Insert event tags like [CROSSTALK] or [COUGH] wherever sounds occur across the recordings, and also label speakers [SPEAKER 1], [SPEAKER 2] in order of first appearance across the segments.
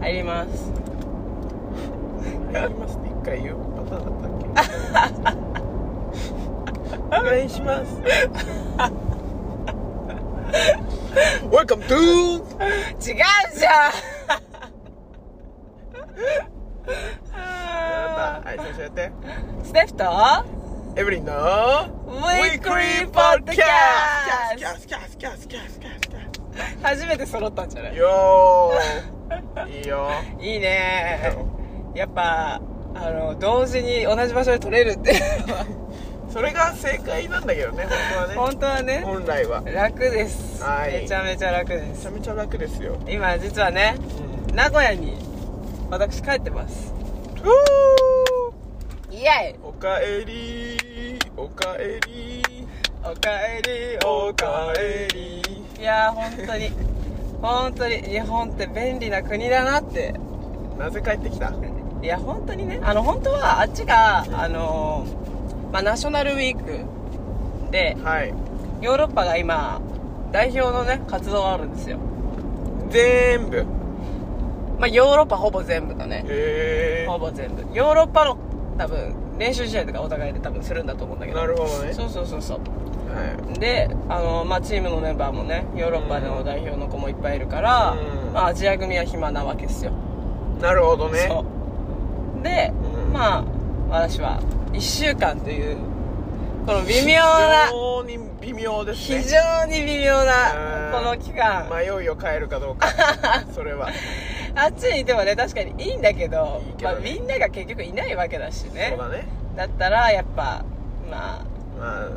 [SPEAKER 1] 入ります [LAUGHS]
[SPEAKER 2] 入りますって一回言うパターンだったっけお願いします Welcome to
[SPEAKER 1] 違うじゃんあ
[SPEAKER 2] やったはい最初やって
[SPEAKER 1] ーステフと
[SPEAKER 2] エブリン
[SPEAKER 1] ウ
[SPEAKER 2] の
[SPEAKER 1] ィークリーポッドキャスト
[SPEAKER 2] キャスキャスキャスキャスキャスキャス
[SPEAKER 1] 初めて揃ったんじゃない
[SPEAKER 2] よーいいよ
[SPEAKER 1] いいねやっぱあの同時に同じ場所で撮れるっていうのは
[SPEAKER 2] それが正解なんだけどね本当は
[SPEAKER 1] 本当は
[SPEAKER 2] ね
[SPEAKER 1] ね
[SPEAKER 2] 本来はめ
[SPEAKER 1] 楽です
[SPEAKER 2] はい
[SPEAKER 1] めちゃめちゃ楽で
[SPEAKER 2] ち
[SPEAKER 1] す
[SPEAKER 2] ゃめちゃ楽ですよ
[SPEAKER 1] 今実はね名古屋に私帰ってます
[SPEAKER 2] ふう
[SPEAKER 1] イエイ
[SPEAKER 2] おかえりおかえり
[SPEAKER 1] おかえり
[SPEAKER 2] おかえり
[SPEAKER 1] いやー本当に本当に日本って便利な国だなって
[SPEAKER 2] なぜ帰ってきた
[SPEAKER 1] いや本当にねあの本当はあっちがあのーまあ、ナショナルウィークで
[SPEAKER 2] はい
[SPEAKER 1] ヨーロッパが今代表のね活動があるんですよ
[SPEAKER 2] 全部
[SPEAKER 1] まあヨーロッパほぼ全部だね
[SPEAKER 2] へ
[SPEAKER 1] ほぼ全部ヨーロッパの多分練習試合とかお互いで多分するんだと思うんだ
[SPEAKER 2] え
[SPEAKER 1] けど
[SPEAKER 2] なるほどね
[SPEAKER 1] そうそうそうそう
[SPEAKER 2] は
[SPEAKER 1] であの、まあ、チームのメンバーもねヨーロッパの代表の子もいっぱいいるから、
[SPEAKER 2] うん
[SPEAKER 1] まあ、アジア組は暇なわけですよ、
[SPEAKER 2] いなるほどね
[SPEAKER 1] そうで、
[SPEAKER 2] うん
[SPEAKER 1] まあ私は1週間というこの微妙な
[SPEAKER 2] 非常に微妙ですね
[SPEAKER 1] 非常に微妙な
[SPEAKER 2] う
[SPEAKER 1] こ
[SPEAKER 2] ん
[SPEAKER 1] の期間、
[SPEAKER 2] 迷いを変えるかど
[SPEAKER 1] [LAUGHS]
[SPEAKER 2] うかそれは
[SPEAKER 1] あっちにいてもね確かにいいんだけど
[SPEAKER 2] いいけど
[SPEAKER 1] ま
[SPEAKER 2] ね
[SPEAKER 1] あ、みんなが結局いないわけだしね
[SPEAKER 2] そうだね
[SPEAKER 1] だったらやっぱまあ
[SPEAKER 2] ま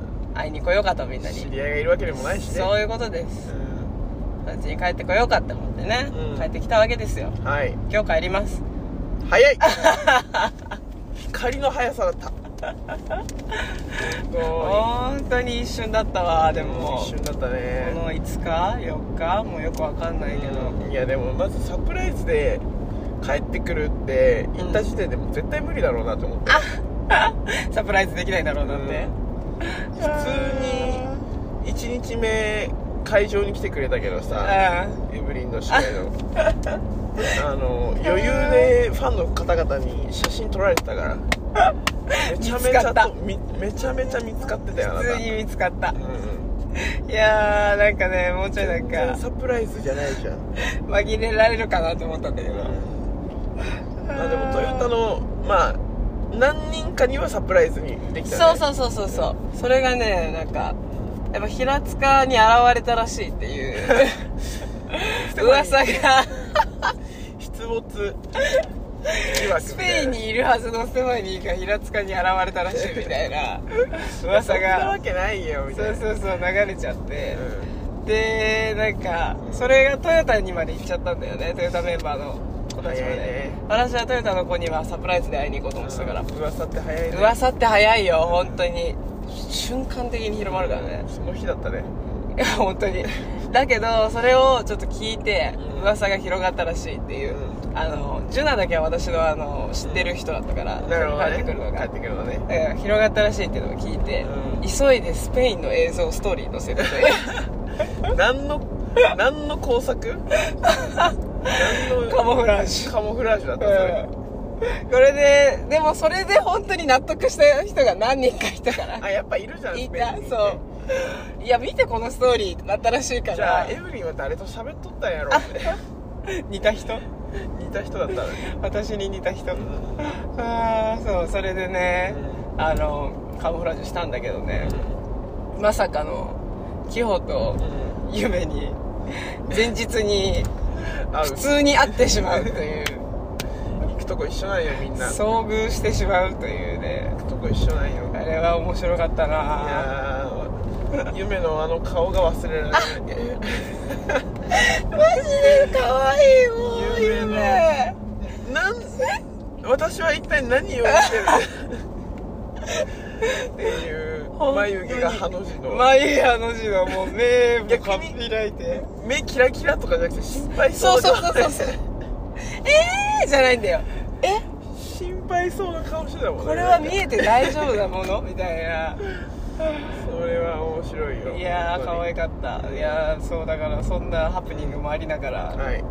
[SPEAKER 1] 会いに来ようかとみん
[SPEAKER 2] あ
[SPEAKER 1] なに
[SPEAKER 2] 知り合いがいるわけでもないしね
[SPEAKER 1] そういうことです
[SPEAKER 2] う
[SPEAKER 1] こっちに帰ってこようかって思ってね、
[SPEAKER 2] うん
[SPEAKER 1] 帰ってきたわけですよ
[SPEAKER 2] んはい
[SPEAKER 1] 今日帰ります
[SPEAKER 2] 早い光の速さだった
[SPEAKER 1] [LAUGHS]
[SPEAKER 2] すご
[SPEAKER 1] 本当に一瞬だったわ
[SPEAKER 2] い
[SPEAKER 1] でも
[SPEAKER 2] 一瞬だったね
[SPEAKER 1] この5日4日もうよくわかんないけど、
[SPEAKER 2] うんいやでもまずサプライズで帰ってくるって言った時点でもう絶対無理だろうなと思って、
[SPEAKER 1] サプライズできないだろうなって、
[SPEAKER 2] 普通に1日目会場に来てくれたけどさ、
[SPEAKER 1] う
[SPEAKER 2] エブリンの試合
[SPEAKER 1] [LAUGHS]
[SPEAKER 2] のあの余裕でファンの方々に写真撮られてたからめちゃめち
[SPEAKER 1] 見つかっ
[SPEAKER 2] ゃ
[SPEAKER 1] た
[SPEAKER 2] とみめちゃめちゃ見つかってたよ
[SPEAKER 1] ん
[SPEAKER 2] あ
[SPEAKER 1] 普
[SPEAKER 2] な
[SPEAKER 1] 通に見つかった
[SPEAKER 2] たうん
[SPEAKER 1] いやーなんかねもうちょいなん
[SPEAKER 2] 全然
[SPEAKER 1] か
[SPEAKER 2] サプライズじゃないじゃん
[SPEAKER 1] 紛れられるかなと思ったんだけど、
[SPEAKER 2] まあでもトヨタのまあ何人かにはサプライズにできたね
[SPEAKER 1] そうそうそうそうそうそれがねなんかやっぱ平塚に現れたらしいっていう
[SPEAKER 2] [LAUGHS]
[SPEAKER 1] 噂が
[SPEAKER 2] 出没疑
[SPEAKER 1] [LAUGHS]
[SPEAKER 2] 惑
[SPEAKER 1] スペインにいるはずのステファニーが平塚に現れたらしいみたい
[SPEAKER 2] [LAUGHS]
[SPEAKER 1] な噂
[SPEAKER 2] 噂がそんな
[SPEAKER 1] が
[SPEAKER 2] わけないよみた
[SPEAKER 1] そ
[SPEAKER 2] いうな
[SPEAKER 1] そうそう流れちゃって、
[SPEAKER 2] うん
[SPEAKER 1] でなんかそれがトヨタにまで行っちゃったんだよねトヨタメンバーの子たちま
[SPEAKER 2] 早い
[SPEAKER 1] で
[SPEAKER 2] ね
[SPEAKER 1] 私はトヨタの子にはサプライズで会いに行こうと思ってたから
[SPEAKER 2] 噂って早いね
[SPEAKER 1] 噂って早いよ本当に瞬間的に広まるからね [LAUGHS]
[SPEAKER 2] その日だったね
[SPEAKER 1] いや本当にだけどそれをちょっと聞いて
[SPEAKER 2] うん
[SPEAKER 1] 噂が広がったらしいっていう、
[SPEAKER 2] う
[SPEAKER 1] あのジュナだけは私のあの知ってる人だったから、
[SPEAKER 2] なるほど
[SPEAKER 1] 帰
[SPEAKER 2] ね
[SPEAKER 1] ってくるの
[SPEAKER 2] 帰
[SPEAKER 1] が
[SPEAKER 2] ってくるの
[SPEAKER 1] [LAUGHS]
[SPEAKER 2] ね
[SPEAKER 1] だから広がったらしいっていうのを聞いて、
[SPEAKER 2] うん
[SPEAKER 1] 急いでスペインの映像をストーリーに載せてて
[SPEAKER 2] 何の何の工作何の
[SPEAKER 1] カモフラージュ
[SPEAKER 2] カモフラージュだったそれ
[SPEAKER 1] うんこれででもそれで本当に納得した人が何人かいたから
[SPEAKER 2] あやっぱいるじゃん
[SPEAKER 1] い
[SPEAKER 2] スペイン
[SPEAKER 1] た
[SPEAKER 2] にね
[SPEAKER 1] そういや見てこのストーリーってなったらしいか
[SPEAKER 2] じゃ
[SPEAKER 1] ら
[SPEAKER 2] あエブリンは誰と喋っとったんやろう
[SPEAKER 1] [LAUGHS]
[SPEAKER 2] って
[SPEAKER 1] 似た人
[SPEAKER 2] 似た人だったのに
[SPEAKER 1] 私に似た人、ああそうそれでね、あのカモフラージュしたんだけどね、まさかのキホと夢に前日に
[SPEAKER 2] あ
[SPEAKER 1] 普通に会ってしまうという
[SPEAKER 2] 行くとこ一緒なんよみん [LAUGHS] な行
[SPEAKER 1] 遭遇してしまうというね
[SPEAKER 2] くとこ一緒なんよ
[SPEAKER 1] あれは面白かった
[SPEAKER 2] い
[SPEAKER 1] な
[SPEAKER 2] やー夢のあの顔が忘れられ
[SPEAKER 1] [LAUGHS]
[SPEAKER 2] ない
[SPEAKER 1] マジで可愛いもう
[SPEAKER 2] 夢の
[SPEAKER 1] 夢
[SPEAKER 2] なん私は一体何をしてるっていう眉毛がハの字の
[SPEAKER 1] 眉毛の字のもう目も
[SPEAKER 2] 逆
[SPEAKER 1] かっ
[SPEAKER 2] に
[SPEAKER 1] ぴらいて
[SPEAKER 2] 目キラキラとかじゃなくて心配
[SPEAKER 1] そ
[SPEAKER 2] そううな
[SPEAKER 1] そうそうそうそうえーじゃないんだよえ
[SPEAKER 2] 心配そうな顔してたもんね
[SPEAKER 1] これは見えて大丈夫なものみたいな
[SPEAKER 2] それは面白いよ
[SPEAKER 1] いやー可愛
[SPEAKER 2] い
[SPEAKER 1] かったいやーそうだからそんなハプニングもありながら、
[SPEAKER 2] はい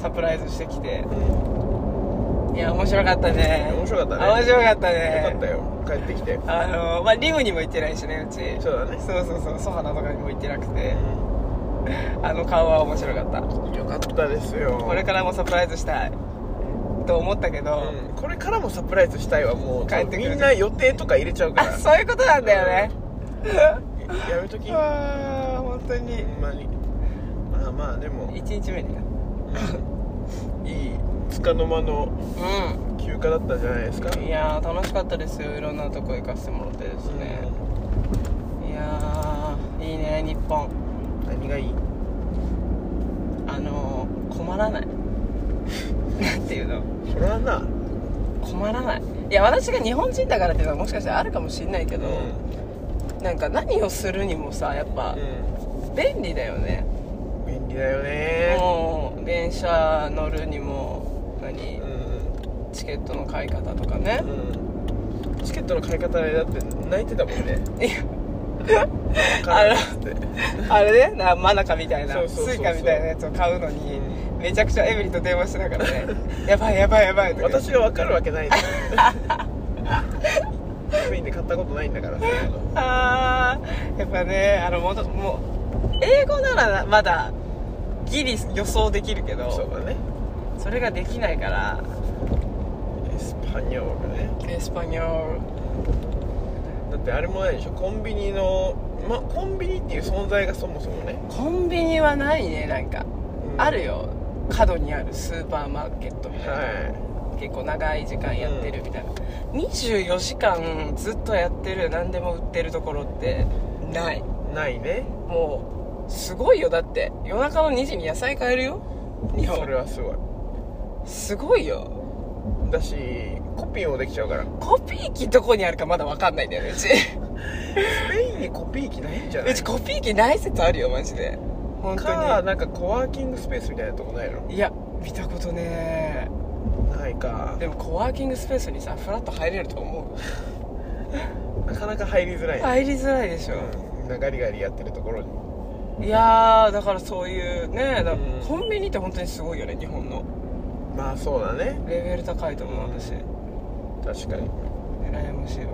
[SPEAKER 1] サプライズしてきて
[SPEAKER 2] うん
[SPEAKER 1] いや面白かったね
[SPEAKER 2] 面白かったね
[SPEAKER 1] 面白かったね
[SPEAKER 2] よかったよ帰ってきて
[SPEAKER 1] あのまあリムにも行ってないしねうち
[SPEAKER 2] そうだね
[SPEAKER 1] そうそうそうソファナとかにも行ってなくて
[SPEAKER 2] う
[SPEAKER 1] あの顔は面白かった
[SPEAKER 2] んよかったですよ
[SPEAKER 1] これからもサプライズしたいと思ったけど、
[SPEAKER 2] うんこれからもサプライズしたいわもう
[SPEAKER 1] 帰ってくる
[SPEAKER 2] みんな予定とか入れちゃうか
[SPEAKER 1] あ
[SPEAKER 2] ら
[SPEAKER 1] そういうことなんだよね、
[SPEAKER 2] やめとき
[SPEAKER 1] う
[SPEAKER 2] ほ
[SPEAKER 1] わあ本当に
[SPEAKER 2] んまにまあまあでも
[SPEAKER 1] 1日目に
[SPEAKER 2] いいつかの間の
[SPEAKER 1] う
[SPEAKER 2] 休暇だったじゃないですか
[SPEAKER 1] んいやー楽しかったですよいろんなとこ行かせてもらってですね、いやーいいね日本
[SPEAKER 2] うん何がいい
[SPEAKER 1] あのー、困らない [LAUGHS] なんていうの
[SPEAKER 2] それはな
[SPEAKER 1] 困らないいや私が日本人だからっていうのはもしかしたらあるかもしんないけ
[SPEAKER 2] うん
[SPEAKER 1] ど、なんか何をするにもさやっぱ便利だよね、
[SPEAKER 2] うん便利だよね
[SPEAKER 1] もう電車乗るにも
[SPEAKER 2] う
[SPEAKER 1] 何
[SPEAKER 2] ん
[SPEAKER 1] チケットの買い方とかね
[SPEAKER 2] うんチケットの買い方でだって泣いてたもん
[SPEAKER 1] [LAUGHS]
[SPEAKER 2] ね
[SPEAKER 1] いや
[SPEAKER 2] 分からないっつって
[SPEAKER 1] あれねなマナカみたいな
[SPEAKER 2] そうそうそうそう
[SPEAKER 1] スイカみたいなやつを買うのに
[SPEAKER 2] う
[SPEAKER 1] めちゃくちゃエブリンと電話してたから [LAUGHS] ねやばいやばいやばいとか言って
[SPEAKER 2] 私が分かるわけないですよ
[SPEAKER 1] [LAUGHS]
[SPEAKER 2] メインで買ったことないんだからそういうの
[SPEAKER 1] あーやっぱねあのもともう英語ならなまだギリ予想できるけ
[SPEAKER 2] そう
[SPEAKER 1] ど
[SPEAKER 2] だね
[SPEAKER 1] それができないから
[SPEAKER 2] エスパニョールね
[SPEAKER 1] エスパニョ
[SPEAKER 2] だってあれもないでしょコンビニのまあコンビニっていう存在がそもそもね、
[SPEAKER 1] コンビニはないねなんか
[SPEAKER 2] うん
[SPEAKER 1] あるよ角にあるスーパーマーケットみたいな、
[SPEAKER 2] は
[SPEAKER 1] 結構長い時間やってるみたいな、24時間ずっとやってる何でも売ってるところってない
[SPEAKER 2] いないね
[SPEAKER 1] もうすごいよだって夜中の2時に野菜買えるよ日
[SPEAKER 2] そ
[SPEAKER 1] 本
[SPEAKER 2] れはすごい
[SPEAKER 1] すごいよ
[SPEAKER 2] だしコピーもできちゃうから
[SPEAKER 1] コピー機どこにあるかまだ分かんないんだよねうち
[SPEAKER 2] スペインにコピー機ないんじゃな
[SPEAKER 1] う
[SPEAKER 2] い
[SPEAKER 1] ちコピー機ない説あるよマジで本
[SPEAKER 2] か
[SPEAKER 1] 当
[SPEAKER 2] なんかコワーキングスペースみたいなとこないの
[SPEAKER 1] にいや見たことね
[SPEAKER 2] ないか
[SPEAKER 1] でもコワーキングスペースにさフラッと入れると思
[SPEAKER 2] なかなか入りづら
[SPEAKER 1] う
[SPEAKER 2] い、
[SPEAKER 1] 入りづらいでしょ、
[SPEAKER 2] うん、みんなガリガリやってるところに
[SPEAKER 1] いやーだからそういうねだ
[SPEAKER 2] うん
[SPEAKER 1] コンビニって本当にすごいよね日本の
[SPEAKER 2] まあそうだね
[SPEAKER 1] レベル高いと思う私
[SPEAKER 2] 確かに
[SPEAKER 1] 羨ましいわ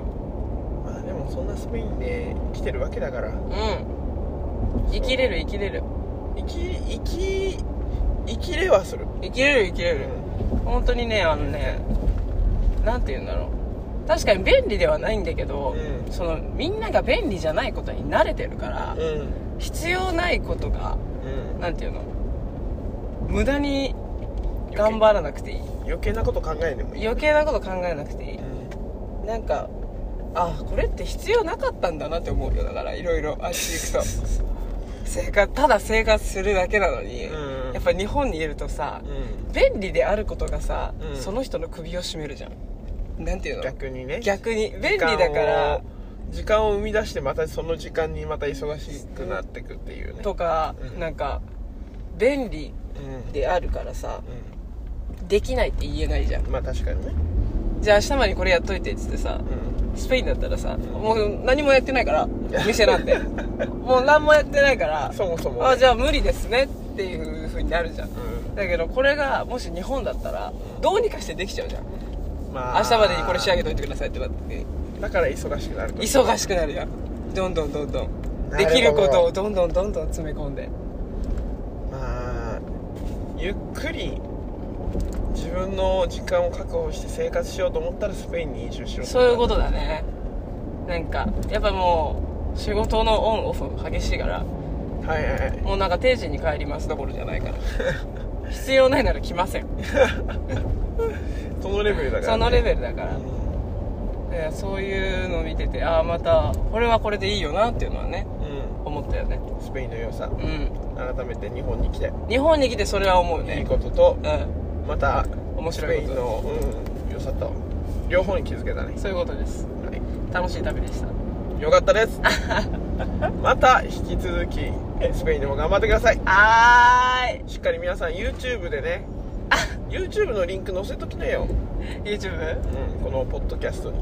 [SPEAKER 2] まあでもそんなスペインで生きてるわけだから
[SPEAKER 1] うん生きれる生きれる
[SPEAKER 2] 生き生き生きれはする、
[SPEAKER 1] 生きれる生きれ
[SPEAKER 2] う
[SPEAKER 1] る、
[SPEAKER 2] ん
[SPEAKER 1] 本当にねあのねなんて言うんだろう確かに便利ではないんだけど、
[SPEAKER 2] うん
[SPEAKER 1] そのみんなが便利じゃないことに慣れてるから、
[SPEAKER 2] うん
[SPEAKER 1] 必要ないことが
[SPEAKER 2] うん
[SPEAKER 1] なんていうの無駄に頑張らなくていい
[SPEAKER 2] 余計なこと考えんでもいい、
[SPEAKER 1] 余計なこと考えなくていいなんかあこれって必要なかったんだなって思うよだからいろいろあっち行くと生活ただ生活するだけなのに、
[SPEAKER 2] うん
[SPEAKER 1] やっぱ日本にいるとさ、
[SPEAKER 2] うん
[SPEAKER 1] 便利であることがさ、
[SPEAKER 2] うん
[SPEAKER 1] その人の首を絞めるじゃんなんていうの逆
[SPEAKER 2] 逆にね
[SPEAKER 1] に便利だから
[SPEAKER 2] 時間を生み出してまたその時間にまた忙しくなってくっていうね
[SPEAKER 1] とか、
[SPEAKER 2] うん
[SPEAKER 1] なんか便利
[SPEAKER 2] うん
[SPEAKER 1] であるからさ
[SPEAKER 2] う
[SPEAKER 1] できないって言えないじゃん
[SPEAKER 2] んまあ確かにね
[SPEAKER 1] じゃあ明日までにこれやっといてっつってさ
[SPEAKER 2] うん
[SPEAKER 1] スペインだったらさもう何もやってないから店なん
[SPEAKER 2] [LAUGHS]
[SPEAKER 1] てもう何もやってないから
[SPEAKER 2] そもそも
[SPEAKER 1] あじ
[SPEAKER 2] ゃ
[SPEAKER 1] ゃあ無理ですねっていう風になるじゃんだけどこれがもし日本だったらどうにかしてできちゃうじゃん
[SPEAKER 2] ま
[SPEAKER 1] 明日までにこれ仕上げ
[SPEAKER 2] て
[SPEAKER 1] といてくださいってなって
[SPEAKER 2] だから忙しくなると
[SPEAKER 1] 忙しくなるやんどんどんどんどん
[SPEAKER 2] なるほど
[SPEAKER 1] できることをどんどんどんどん詰め込んで
[SPEAKER 2] まあゆっくり自分の時間を確保して生活しようと思ったらスペインに移住しろ
[SPEAKER 1] そういうこととだねなんかやっぱもう仕事のオンオフ激しいから
[SPEAKER 2] はいはいはい
[SPEAKER 1] もうなんか定時に帰りますどころじゃないから [LAUGHS] 必要ないなら来ません
[SPEAKER 2] そのレベルだから、ね、
[SPEAKER 1] そのレベルだから
[SPEAKER 2] うん
[SPEAKER 1] えーそういうのを見ててああまたこれはこれでいいよなっていうのはね思ったよね
[SPEAKER 2] うんスペインの良さ
[SPEAKER 1] うん
[SPEAKER 2] 改めて日本に来て
[SPEAKER 1] 日本に来てそれは思う
[SPEAKER 2] いい
[SPEAKER 1] ね
[SPEAKER 2] ことと
[SPEAKER 1] うん
[SPEAKER 2] また
[SPEAKER 1] 面
[SPEAKER 2] ス
[SPEAKER 1] 白
[SPEAKER 2] ペイ
[SPEAKER 1] い
[SPEAKER 2] ン
[SPEAKER 1] こ
[SPEAKER 2] の、うん、良さと両方に気づけたね
[SPEAKER 1] と、そういうことです
[SPEAKER 2] は
[SPEAKER 1] 楽しい旅でした
[SPEAKER 2] い、よかった
[SPEAKER 1] [LAUGHS]
[SPEAKER 2] ですまた引き続きスペインでも頑張ってください
[SPEAKER 1] はーい
[SPEAKER 2] しっかり皆さん YouTube でね YouTube のリンク載せときなよ、
[SPEAKER 1] YouTube?
[SPEAKER 2] うん、このポッドキャストに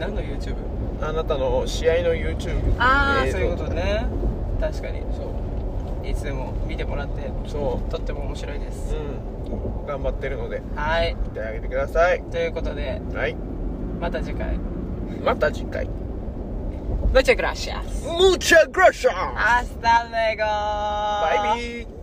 [SPEAKER 1] 何の YouTube?
[SPEAKER 2] あなたの試合の YouTube
[SPEAKER 1] ああ、
[SPEAKER 2] 映像
[SPEAKER 1] そういうことね確かにそういつでも見てもらって
[SPEAKER 2] そ
[SPEAKER 1] とっても面白いで
[SPEAKER 2] う
[SPEAKER 1] す、
[SPEAKER 2] うん頑張ってるので
[SPEAKER 1] はい
[SPEAKER 2] 見てあげてください
[SPEAKER 1] ということで
[SPEAKER 2] はい
[SPEAKER 1] また次回
[SPEAKER 2] また次回
[SPEAKER 1] 「ムチェグラシアス
[SPEAKER 2] Muchas gracias
[SPEAKER 1] アスタレゴ
[SPEAKER 2] バイビー